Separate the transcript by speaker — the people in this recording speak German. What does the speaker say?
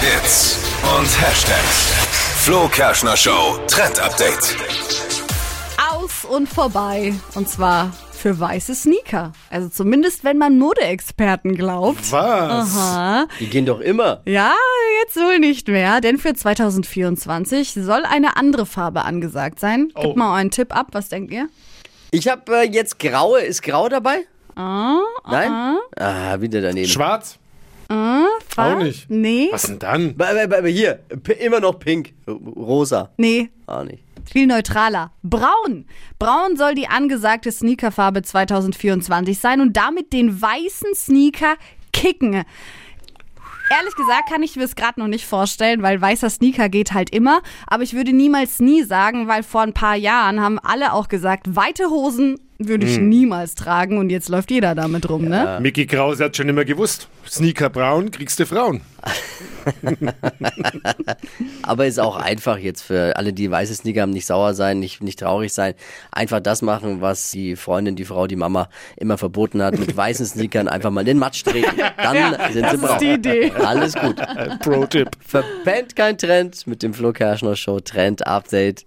Speaker 1: Hits und Hashtags. Flo Kerschner Show Trend Update.
Speaker 2: Aus und vorbei. Und zwar für weiße Sneaker. Also zumindest, wenn man Modeexperten glaubt.
Speaker 3: Was?
Speaker 2: Aha.
Speaker 4: Die gehen doch immer.
Speaker 2: Ja, jetzt wohl nicht mehr, denn für 2024 soll eine andere Farbe angesagt sein. Gib
Speaker 3: Oh.
Speaker 2: mal euren Tipp ab, was denkt ihr?
Speaker 4: Ich habe äh, jetzt graue. Ist grau dabei?
Speaker 2: Ah,
Speaker 4: Nein? Ah, wieder daneben.
Speaker 3: Schwarz?
Speaker 2: war-
Speaker 3: Auch nicht.
Speaker 2: Nee,
Speaker 3: Was denn dann?
Speaker 4: Aber- aber- aber hier, p- immer noch pink. R- Rosa.
Speaker 2: nee,
Speaker 4: Ah, nicht.
Speaker 2: viel neutraler. Braun. Braun soll die angesagte Sneakerfarbe 2024 sein und damit den weißen Sneaker kicken. Ehrlich gesagt kann ich mir es gerade noch nicht vorstellen, weil weißer Sneaker geht halt immer. Aber ich würde niemals nie sagen, weil vor ein paar Jahren haben alle auch gesagt, weite Hosen würde ich niemals tragen und jetzt läuft jeder damit rum, ne?
Speaker 3: Mickey Krause hat schon immer gewusst. Sneaker braun, kriegst du Frauen.
Speaker 4: Aber ist auch einfach jetzt für alle, die weiße Sneaker haben, nicht sauer sein, nicht, nicht traurig sein. Einfach das machen, was die Freundin, die Frau, die Mama immer verboten hat. Mit weißen Sneakern einfach mal in den Matsch treten. Dann sind
Speaker 2: das
Speaker 4: sie
Speaker 2: ist
Speaker 4: braun.
Speaker 2: die Idee.
Speaker 4: Alles gut.
Speaker 3: Äh, Pro-Tipp.
Speaker 4: Verpennt kein Trend mit dem Flo Kerschner Show Trend Update.